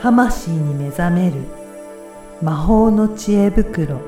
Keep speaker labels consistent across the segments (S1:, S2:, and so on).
S1: 魂に目覚める魔法の知恵袋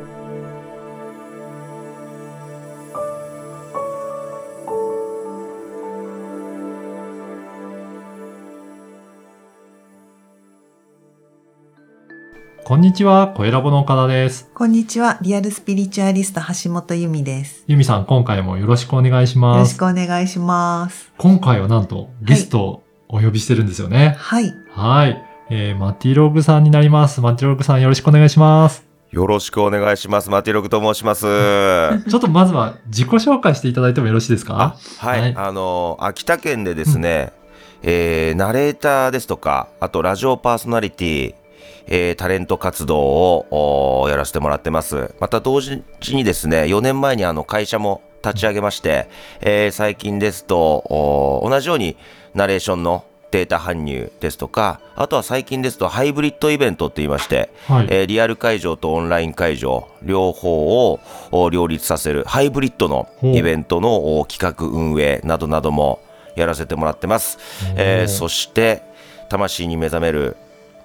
S2: こんにちは、声ラボの岡田です。
S3: こんにちは。リアルスピリチュアリスト橋本由美です。
S2: ゆみさん、今回もよろしくお願いし
S3: よ
S2: ま
S3: ろし
S2: す。
S3: くお願いします。
S2: 今回はなんとゲストをお呼びしてるんですよね。
S3: はい。
S2: はい。えー、マティログさんになります。マティログさんよろしくお願いします。
S4: よろしくお願いします。マティログと申します。は
S2: ちょっとまずは自己紹介していただいてもよろしいですか
S4: い、
S2: はい
S4: あの秋田県でですね、えーナレーターですとか、あとラジオパーソナリティ、えータレント活動をおーやらせてもらってます。また同時にですね、4年前にあの会社も立ち上げまして、えー最近ですとおー同じようにナレーションのデータ搬入ですとか、あとは最近ですとハイブリッドイベントって言いまして、
S2: はい。
S4: えーリアル会場とオンライン会場両方をお両立させるハイブリッドの
S2: ほう
S4: イベントのお企画運営などなどもやらせてもらってます、えー
S2: おー
S4: そして魂に目覚める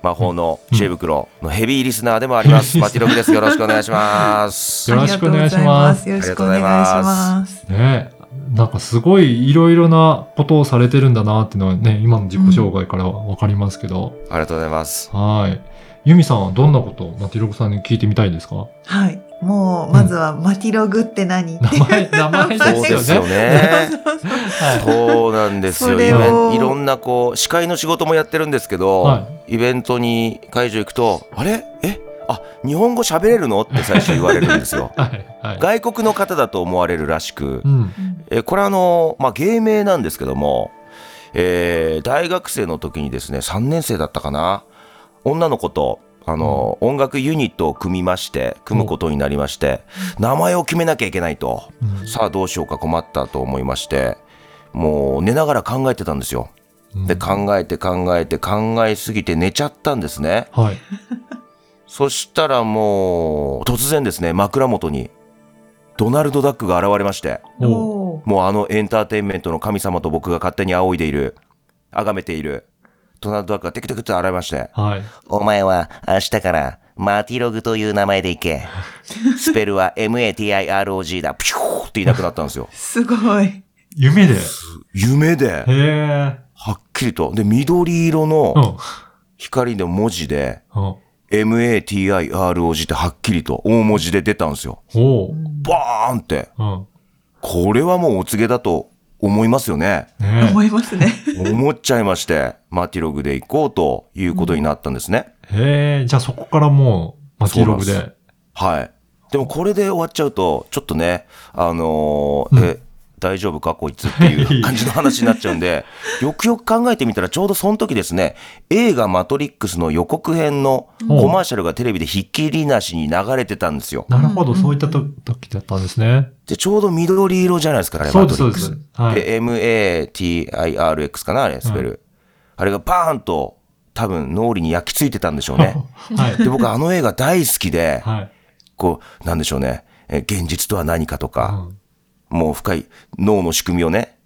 S4: 魔法の知恵袋のヘビーリスナーでもあ ります、
S2: うん
S4: マティログですよろしくお願いしま す
S2: よろしくお願いします
S3: ありがとうございます。よろしくお願いします。
S2: ねえなんかすごいいろいろなことをされてるんだなっていうのはね、今の自己紹介からはわかりますけど。
S4: ありがとうございます
S2: はい。ゆみさんはどんなことをマティログさんに聞いてみたいですか
S3: はい。もう、まずは、マティログって何って
S2: 名 前、名前
S3: そう
S4: そう
S2: で
S4: です
S2: すよ
S4: よ
S2: ね。
S4: ね
S2: は
S4: そうなんです
S3: そ
S4: よい
S3: れを
S4: ろいろんなこう司会の仕事もやってるんですけど、
S2: は。
S4: イベントに会場行くと「あれえあ日本語喋れるの?」って最初言われるんですよ
S2: はい。はい。
S4: 外国の方だと思われるらしく
S2: う、ん。
S4: えこれあの、まあ、芸名なんですけども、えー大学生の時にですね3年生だったかな女の子とあの、音楽ユニットを組みまして組むことになりまして、名前を決めなきゃいけないと。
S2: うん
S4: さあどうしようか困ったと思いましてもう寝ながら考えてたんですよで考えて考えて考えすぎて寝ちゃったんですね
S2: はい。
S4: そしたらもう突然ですね枕元にドナルド・ダックが現れまして
S2: おう
S3: おー
S4: もうあのエンターテインメントの神様と僕が勝手に仰いでいる崇めているドナルド・ダックがテクテクと現れまして
S2: はい。
S4: お前は明日からマティログという名前でいけスペルは MATIROG だピューっていなくなったんですよ
S3: すごい。
S2: 夢で。へ
S4: 夢で
S2: え。
S4: はっきりと。で、緑色
S2: うん
S4: の。光の文字で、
S2: うん。
S4: MATIROG ってはっきりと大文字で出たんですよ。
S2: おう。
S4: バーンって。
S2: うん。
S4: これはもうお告げだと思いますよね。
S2: ね
S3: 思いますね。
S4: 思っちゃいまして、マティログで行こうということになったんですね。
S2: え。へえ。じゃあそこからもう、マティログ
S4: そ
S2: で。
S4: はい。でもこれで終わっちゃうと、ちょっとね、あのーえ、大丈夫かこいつって いう感じの話になっちゃうんで、よくよく考えてみたらちょうどその時ですね、映画マトリックスの予告編のコマーシャルがテレビでひっきりなしに流れてたんですよ。
S2: なるほど、
S3: うんうん
S2: そういったと時だったんですね。
S4: で、ちょうど緑色じゃないですか、あれ
S2: そ
S4: マ
S2: うで
S4: ト
S2: す、
S4: リ
S2: そ
S4: ッ
S2: う
S4: ク
S2: で
S4: ス。
S2: す。はい。
S4: で、MATIRX かなあれ、スペル。あれがバーンと、多分脳裏に焼き付いてたんでしょうね。
S2: はい。
S4: で、僕あの映画大好きで、
S2: はい。
S4: こう、なんでしょうね。え現実とは何かと
S2: う
S4: か、
S2: ん
S4: もう深い脳の仕組みをね、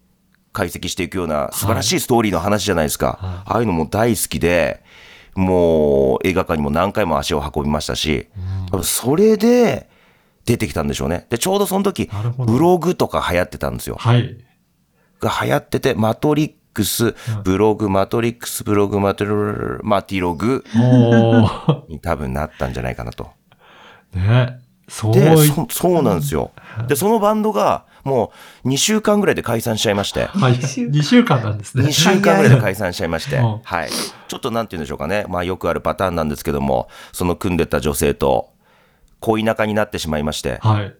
S4: 解析していくような素晴らしいストーリーの話じゃないですか。
S2: は
S4: ああいうのも大好きで、もう映画館にも何回も足を運びましたし、多分それで出てきたんでしょうね。で、ちょうどその時
S2: なるほ、ど
S4: ブログとか流行ってたんですよ。
S2: はい。
S4: が流行ってて、マトリックス、ブログ、マトリックス、ブログ、マトリマティログ
S2: おー。
S4: に多分なったんじゃないかなと。
S2: ね。そう
S4: で、
S2: い
S4: そそうなんですよ。で、そのバンドがもう2週間ぐらいで解散しちゃいま して。
S2: はい。
S3: 二週間
S2: 2週間なんですね
S4: 2。週間ぐらいで解散しちゃいまして、
S2: うん
S4: はい。ちょっとなんて言うんでしょうかね。まあよくあるパターンなんですけども、その組んでた女性と恋仲になってしまいまして、
S2: はい。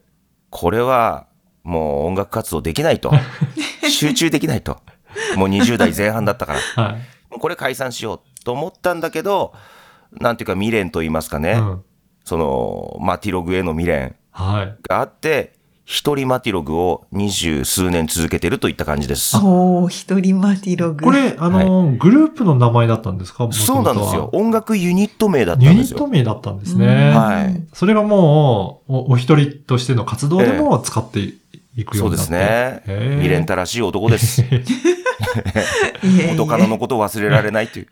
S4: これはもう音楽活動できない と。集中できないと。もう20代前半だったから。
S2: は
S4: これ解散しようと思ったんだけど、なんていうか未練と言いますか
S2: い。
S4: ね、
S2: うん。
S4: その、マティログへの未練
S2: はい。
S4: があって、一人マティログを二十数年続けてるといった感じです。
S3: おー、一人マティログ。
S2: これ、あのー、グループの名前だったんですか
S4: そうなんですよ。。
S2: 元
S4: 音楽ユニット名だっ
S2: 々
S4: た
S2: は
S4: ん
S2: ユ
S4: で
S2: ニ
S4: す
S2: ット
S4: よ。
S2: 名だったんです
S3: うん
S2: ね。
S4: はい。
S2: それがもう、おお一人としての活動でも使っていくよ
S4: そうう
S2: になって。
S4: ですね。
S2: へー
S4: 未練たらしい男です。
S3: いえいえ
S4: 元カノのことを忘れられないという。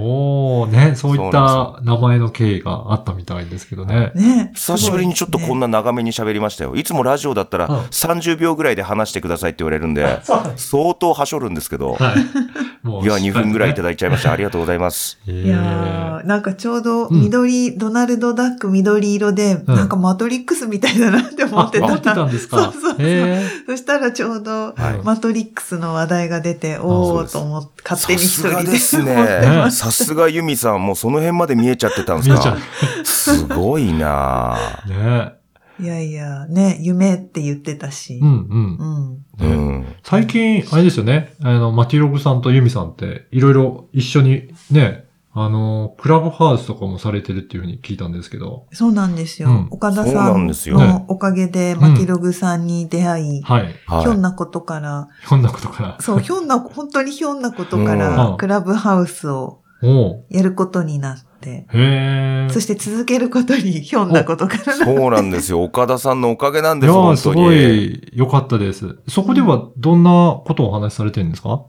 S2: おー、ね、そういっ
S4: そう
S2: た名前の経緯があったみたいですけどね。
S3: ね
S4: 久しぶりにちょっとこん
S3: な。
S4: な長めに喋りましたよ。いつもラジオだったら
S2: うん
S4: 30秒ぐらいで話してくださいって言われるんで、
S2: そうです。
S4: 相当はしょるんですけど、
S2: はい。も
S4: いや、2分ぐらいいた
S2: だ
S4: だいちゃいました。ありがとうございます。
S2: い
S3: いやーなんかちょうど
S2: うん
S3: 緑、ドナルド・ダック緑色で、なんかマトリックスみたいだなって思
S2: あ、
S3: って
S2: 思って
S3: た
S2: た
S3: ら、
S2: んです
S3: そ
S2: か。
S3: うそうそう
S2: え
S3: そしたらちょうど
S2: ー
S4: はい
S2: ま
S3: マトリックスの話題が出て、お
S4: そう
S3: お
S4: です
S3: と思って、勝手
S4: さ
S3: に一
S4: す
S3: 人
S4: が
S3: で。
S4: ですね。 さすがユミさん、もうその辺まで見えちゃってたんです
S2: みえちゃ
S4: か。すご いな
S2: う。ね
S3: いやいや、ね、夢って言ってたし
S2: う。
S3: う
S2: んうん。
S3: ん。
S4: ぁうん。
S2: 最近、あれですよね。あの、マキログさんとユミさんって、いろいろ一緒にね、あの、クラブハウスとかもされてるっていうふうに聞いたんですけど。
S3: そうなんですよ。
S2: うん
S3: 岡田
S4: そう
S3: さ
S4: なんんですよ
S3: のおかげで、マキログさんに出会い、
S2: はい。
S4: はい
S3: ひょんなこと から、
S2: ひょんなことから。
S3: そう、ひょんな、本当にひょんなことか
S2: う
S3: ら
S2: ん、
S3: クラブハウスを
S2: おう
S3: やることになって、
S2: へえ。
S3: そして続けることにひょんなことからな
S4: そうなんで すよ。岡田さんのおかげなん
S2: い
S4: です、
S2: や
S4: 本
S2: ーす
S4: 当
S2: ご
S4: に。
S2: い良かったです。そこではどんなことをお話しされてるんですか、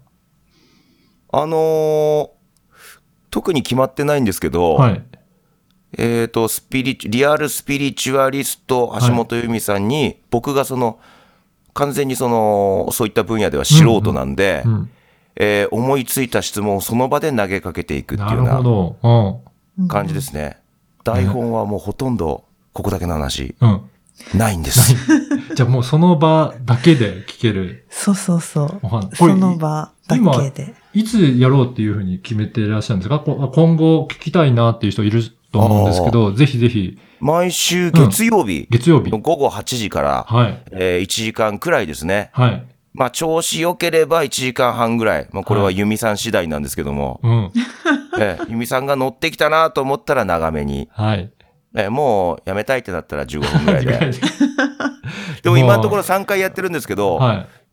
S4: あのー特に決まってないんですけど、
S2: はい。
S4: えっ、と、スピリチュ、リアルスピリチュアリスト、
S2: い
S4: 橋本由美さんに、僕がその、完全にその、そういった分野では素人なんで、
S2: うん。
S4: えー思いついた質問をその場で投げかけていくっていう
S2: な
S4: よ
S2: る
S4: う
S2: ほ
S4: な
S2: ど。
S4: 感じで。すね。台本はもうほとんど、ここだけの話、
S2: うん。うん。
S4: ないんです。
S2: じゃあもうその場だけで聞ける
S3: そうそうそう。
S2: お話。こ
S3: そ
S2: れ
S3: の場だけで。
S2: いつやろうっていうふうに決めていらっしゃるんですかこ今後聞きたいなっていう人いると思うんですけど、ぜひぜひ
S4: 毎週月曜日
S2: 月曜日。
S4: の午後8時から、
S2: はい。
S4: えー1時間くらいですね。
S2: はい。
S4: まあ、調子良ければ1時間半ぐらい。まあ、これは
S2: はい
S4: 由美さん次第なんですけども、
S2: うん。
S4: えー由美さんが乗ってきたなと思ったら長めに。
S2: はい。
S4: えーもうやめたいってなったら15分ぐ らいで。
S2: は
S4: でも今のところ3回やってるんですけど、
S2: い。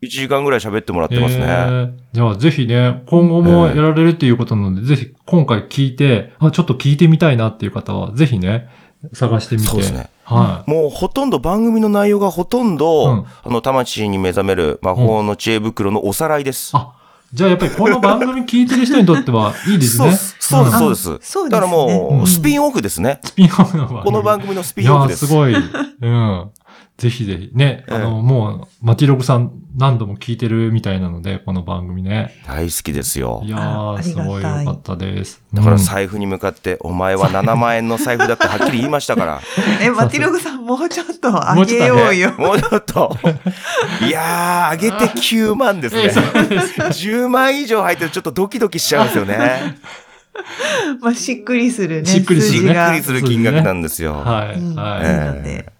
S4: 1時間ぐらい喋ってもらってますね。
S2: えーじゃあぜひね、今後もやられるっていうことなので、ぜひ今回聞いて、あ、ちょっと聞いてみたいなっていう方は、ぜひね、探してみて。
S4: そうですね。
S2: は
S4: もうほとんど番組の内容がほとんど、
S2: うん
S4: あの、魂に目覚める魔法の知恵袋のおさらいです。
S2: あい。じゃあやっぱりこの番組聞いてる人にとってはいいです
S4: そう
S2: ね。
S4: です、そうです、
S2: ん
S4: そうです。
S3: そうですね
S4: だからも
S2: う
S4: う、
S2: ん
S4: スピンオフですね。
S2: スピンオフの番組。
S4: この番組のス
S2: い
S4: ピン
S2: や
S4: オフ
S2: ー
S4: ですす。
S2: ごい。うん。ぜひぜひ。ね、あの、もう、マティログさん何度も聞いてるみたいなので、この番組ね。
S4: 大好きですよ
S2: い。や
S3: ああ
S2: ー、
S3: り
S2: す
S3: がたい
S2: ごい良かったです。
S4: だから
S2: うん
S4: 財布に向かって、お前は7万円の財布だってはっきり言いました から。
S3: え、マティログさん、もうちょっと上げよ
S2: そう
S3: よ。
S4: もうちょっと。いやー、上げて9万です
S2: え
S4: ね
S2: え。そうです
S4: 10万以上入ってるとちょっとドキドキしちゃうんです よね。
S3: まあ、しっくりするね。
S2: しっくりす
S4: し
S2: るね
S4: っ
S3: 数字
S4: く
S3: が
S4: りする金額なんですよ。
S2: は
S3: う
S2: い。
S3: ん
S2: はい
S3: い。いので。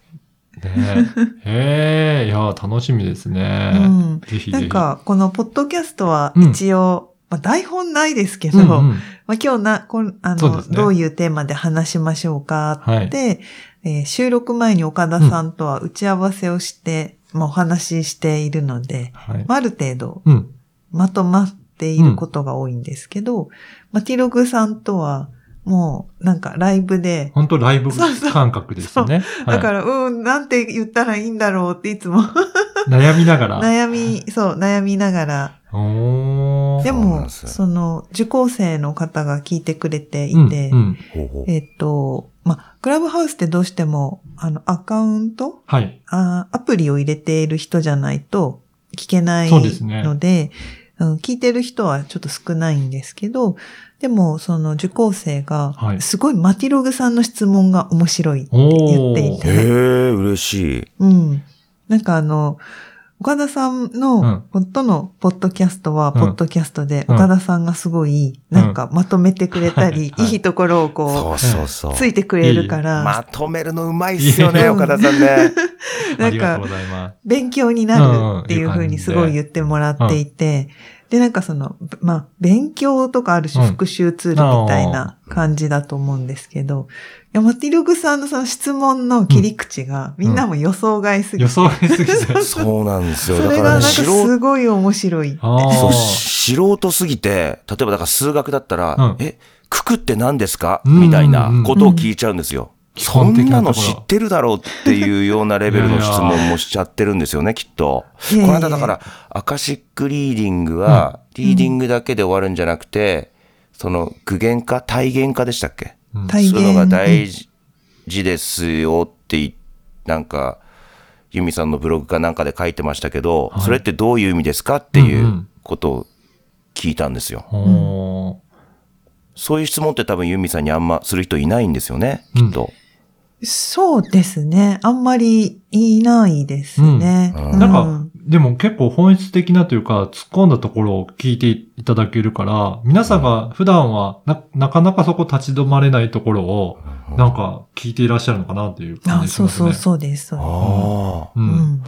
S2: ねえ。へえ、いや、楽しみですね。
S3: うん
S2: ぜひぜひ。
S3: なんか、このポッドキャストは
S2: うん
S3: 一応、まあ、台本ないですけ
S2: う
S3: ど、
S2: んうん、
S3: まあ、今日な、こんあ
S2: そう
S3: の、
S2: ですね
S3: どういうテーマで話しましょうか
S2: はい
S3: って、えー収録前に岡田さんとは打ち合わせをして、まあ、お話ししているので、
S2: はい。
S3: まあある程度
S2: うん。
S3: まとまっていることが多いんですけど、マティログさんとは、もう、なんかライブで、
S2: 本当ライブ
S3: そうそう
S2: 感覚ですね。はい
S3: だから、うん、なんて言ったらいいんだろうっていつも
S2: 悩みながら。
S3: 悩み、そう、悩みながら。
S2: おー
S3: で
S4: そうなん
S3: も、
S4: ですよ
S3: その、受講生の方が聞いてくれてい
S2: うん
S3: て、
S2: うん。
S4: ほうほう
S3: えっと、まあ、クラブハウスってどうしても、あの、アカウント
S2: はい。
S3: あアプリを入れている人じゃないと聞けない
S2: そうですね
S3: ので、うん聞いてる人はちょっと少ないんですけど、でも、その受講生が
S2: は、い
S3: すごいマティログさんの質問が面白い。
S2: お
S3: 言ってい
S2: ー
S3: た
S4: へえ、嬉しい。
S3: うん。なんかあの、岡田さん
S2: うん
S3: の、とのポッドキャストは、
S2: うん
S3: ポッドキャストで、
S2: うん
S3: 岡田さんがすごい、なんかまとめてくれたり、
S2: はい
S3: いいところをこ、
S4: そうそうそうう。
S3: ついてくれるから、
S4: まとめるのうまいっすよ
S2: い
S4: ね、
S2: や
S4: 岡田さ んね。
S2: あ
S3: な
S2: り
S3: ん
S2: がとう
S3: か
S2: ご、ざいま
S3: 勉強になるっていうふうにすごい言ってもらっていて、で、なんかその、まあ、勉強とかある種
S2: うん
S3: 復習ツールみたいな感じだと思うんですけど、いや、マティログさんのその質問の切り口が、みんなも予想外す
S2: す。
S3: ぎ
S2: 予
S3: て、
S2: 想外すぎて。
S4: そうなんですよ。
S3: そ
S4: だ
S3: れ
S4: か
S3: がなん
S4: ら
S3: か
S4: ね、素人
S3: すごい面白いって。
S2: あ
S4: そう、
S2: ー
S4: 素人すぎて、例えばだから数学だったら、
S2: うん
S4: え、九九って何ですか
S2: うん
S4: みたいなことを聞いちゃうんですよ。
S2: 基
S4: そ
S2: 本
S4: ん
S2: 的
S4: な
S2: な
S4: の
S2: ところ
S4: 知ってるだろうっていうようなレベルの質問もしちゃってるんですよね、きっと。この間だから、アカシックリーディングは、リーディングだけで終わるんじゃなくて、その具現化体現化でしたっけ
S2: うん
S3: 体現
S4: そういうのが大事ですよってい、なんか、ユミさんのブログかなんかで書いてましたけど、
S2: はい
S4: それってどういう意味ですかってい
S2: んう
S4: ううんことを聞いたんですよ。
S2: ほ
S4: そういう質問って多分ユミさんにあんまする人いないんですよね、きっと。
S3: そうですね。あんまりいないですね。
S4: う
S3: うんん
S2: うなんか、でも結構本質的なというか、突っ込んだところを聞いていただけるから、皆さんが普段はななかなかそこ立ち止まれないところを、なんか聞いていらっしゃるのかなっていう感
S3: あ
S2: じし
S3: そう
S2: ます
S3: そ
S2: ね。
S3: うそうです。そうです
S4: あ
S2: う。
S3: うんん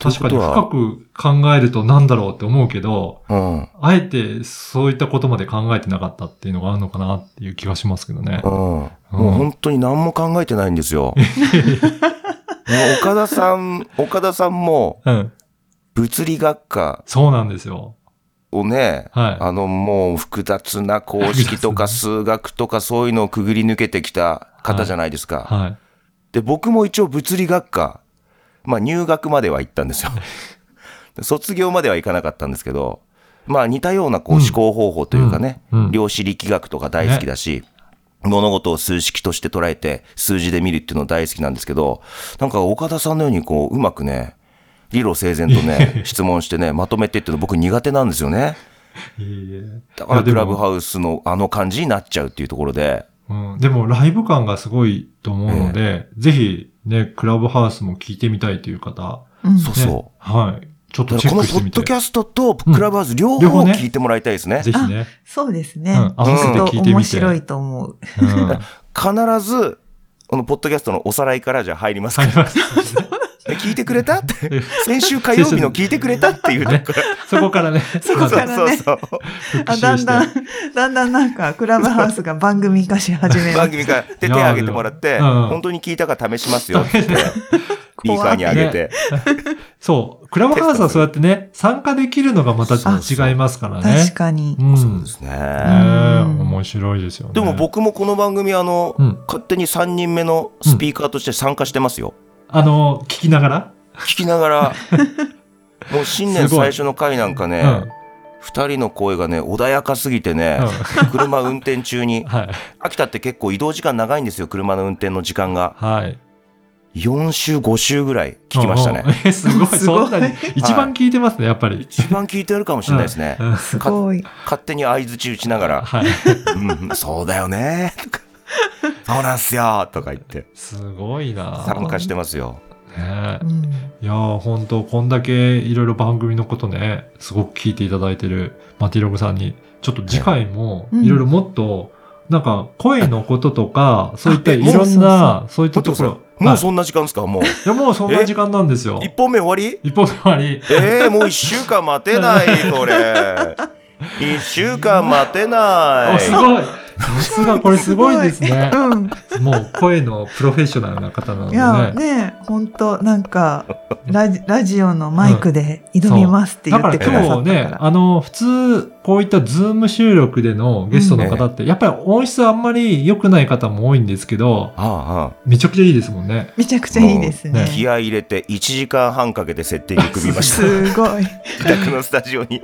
S2: 確か
S4: とい
S2: に
S4: うことは
S2: 深く考えるとなんだろうって思うけど、
S4: あ。うん。
S2: あえてそういったことまで考えてなかったっていうのがあるのかなっていう気がしますけどね
S4: う。ん。もう本当に何も考えてないんです よ。もう岡田さん、岡田さんも
S2: うん。
S4: 物理学科
S2: そうなんですよ。
S4: をね、
S2: は
S4: あのもう複雑な公式とか
S2: 複
S4: 数学とかそういうのをくぐり抜けてきた方じゃないですか。
S2: い。はい。
S4: で、僕も一応物理学科、まあ入学までは行ったんですよ。で 卒業までは行かなかったんですけど、まあ似たようなこう思考方法というかね、
S2: うんうん
S4: 量子力学とか大好きだし、物事を数式として捉えて数字で見るっていうの大好きなんですけど、なんか岡田さんのようにこううまくね、理路整然とね、 質問してね、まとめてっていうの僕苦手なんですよね。
S2: いえいえ
S4: だから
S2: いやで
S4: ク
S2: も
S4: ラブハウスのあの感じになっちゃうっていうところで、
S2: うん、でもライブ感がすごいと思うので、ぜひね、クラブハウスも聞いてみたいという方、
S3: うん
S4: そう
S2: ね、
S4: そう。
S2: はい。ちょっと
S4: だ
S2: チ
S4: か
S2: ェ
S4: らこ
S2: ック
S4: のポ
S2: してみ
S4: ッ
S2: て。
S4: ドキャストとクラブハウス両
S2: 両方
S4: 方
S2: ね
S4: 聞いてもらいたいですね。
S2: ぜひね、
S3: そうです
S2: う
S3: ね。
S2: ん、合わせて聞いてみて。
S3: 面白いと思う。
S2: うん。 あ
S4: 必ず、このポッドキャストのおさらいからじゃあ入りますか
S2: り
S4: ら。
S2: ましたね
S4: え聞いてくれたって。先週火曜日の聞いてくれたっていう
S2: ね
S4: ところ。
S2: そこからね、
S3: そ こからね
S4: そうそうそう。
S2: 復
S3: あ
S2: 習
S3: だ
S2: し
S3: ん
S2: て
S3: だん、 だんだんなんか、クラブハウスが番組化し始めま
S4: 番
S3: す。
S4: 組から手手挙げてもらって、
S2: いやうん
S4: 本当に聞いたか試しますよって言って、スピーカー
S3: 怖
S4: にあげて。
S2: そう。クラブハウスはそうやってね、参加できるのがまた違いますからね。
S3: 確かに。
S2: うん。
S4: そうですね。
S2: ね
S3: うん
S2: 面白いですよね。
S4: でも、僕もこの番組、あの、
S2: うん。
S4: 勝手に3人目のスピーカーとして参加してますよ。
S2: あの、聞きながら、
S4: 聞きな がら、もう新年
S2: すごい
S4: 最初の回なんかね、二人の声がね、穏やかすぎてね
S2: うん。、
S4: 車運転中
S2: うん。
S4: に、
S2: はい。
S4: 秋田って結構移動時間長いんですよ、車の運転の時間が。
S2: はい。
S4: 4週、5週ぐらい 聞きましたね
S2: うん。うん。えすごい。
S3: すご
S2: そ
S3: い
S2: んなに、一番聞いてますね、やっぱ り。
S4: 一番聞いてるかもしれないですね。
S2: うんうん
S3: すごい。
S4: 勝手に相づち打ちながら、
S2: はい。
S4: うん、そうだよね、とか、そうなんすよ、とか言って、
S2: すごいな
S4: 参加してますよ。
S2: ね
S3: う、ん
S2: いやー本当こんだけいろいろ番組のことねすごく聞いていただいてるマティログさんにちょっと次回も
S3: うん
S2: いろいろもっとなんか声のこととかそういったい
S4: もう
S2: ろんなそういった
S4: 待
S2: と
S4: ってく
S2: こ
S4: だ
S2: ろ
S4: さいもう
S2: はい
S4: そんな時間ですかもう。
S2: いやもうそんな時間なんですよ
S4: 一本目終わり
S2: 一方であり
S4: えー、もう一週間待てない、 それ。一週間待てな
S2: おす
S4: い。
S2: ごいさすがこれすごいですね
S3: うん。
S2: もう声のプロフェッショナルな方ない
S3: や、
S2: のでね
S3: ねえ、ほんと、なんか、ラジラジオのマイクで挑みますって言
S2: だか
S3: っ
S2: ら
S3: てくださ
S2: 今
S3: っ
S2: 日
S3: た
S2: ね
S3: か、ら。
S2: あの、普通、こういったズーム収録でのゲストの方って、やっぱり音質あんまり良くない方も多いんですけど、
S4: あ
S2: めちゃくちゃいいですもんね。
S3: めちゃくちゃいいです
S2: もう
S4: あ、
S3: ね。
S4: 気合い入れて1時間半かけて設定に組みました。
S3: すごい。
S4: 自宅のスタジオに。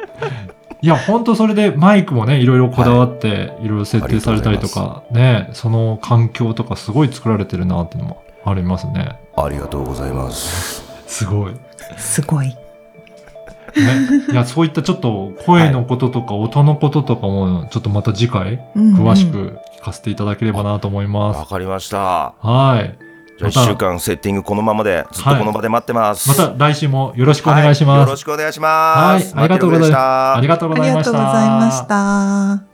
S2: いや、ほんとそれでマイクもね、いろいろこだわって、いろいろ設定されたりとか、ね、その環境とかすごい作られてるなっていうのもありますね。
S4: ありがとうございます。
S2: すごい。ね、
S3: すごい。
S2: いや、そういったちょっと声のこととか音のこととかも、ちょっとまた次回、
S3: うんうん
S2: 詳しく聞かせていただければなと思います。
S4: わかりました。
S2: はい。
S4: じゃあ1週間セッティングこのままで、ずっとこの場で待ってます。
S2: また来週もよろしくお願いし
S4: は
S2: ま
S4: よろ
S2: す。
S4: しくお願いします。
S2: はいありがとうございます
S4: マテログでした
S2: ありがとう
S3: あ
S2: ご
S3: り
S2: ざい
S3: が
S2: まし
S3: と
S2: た。
S3: うございました。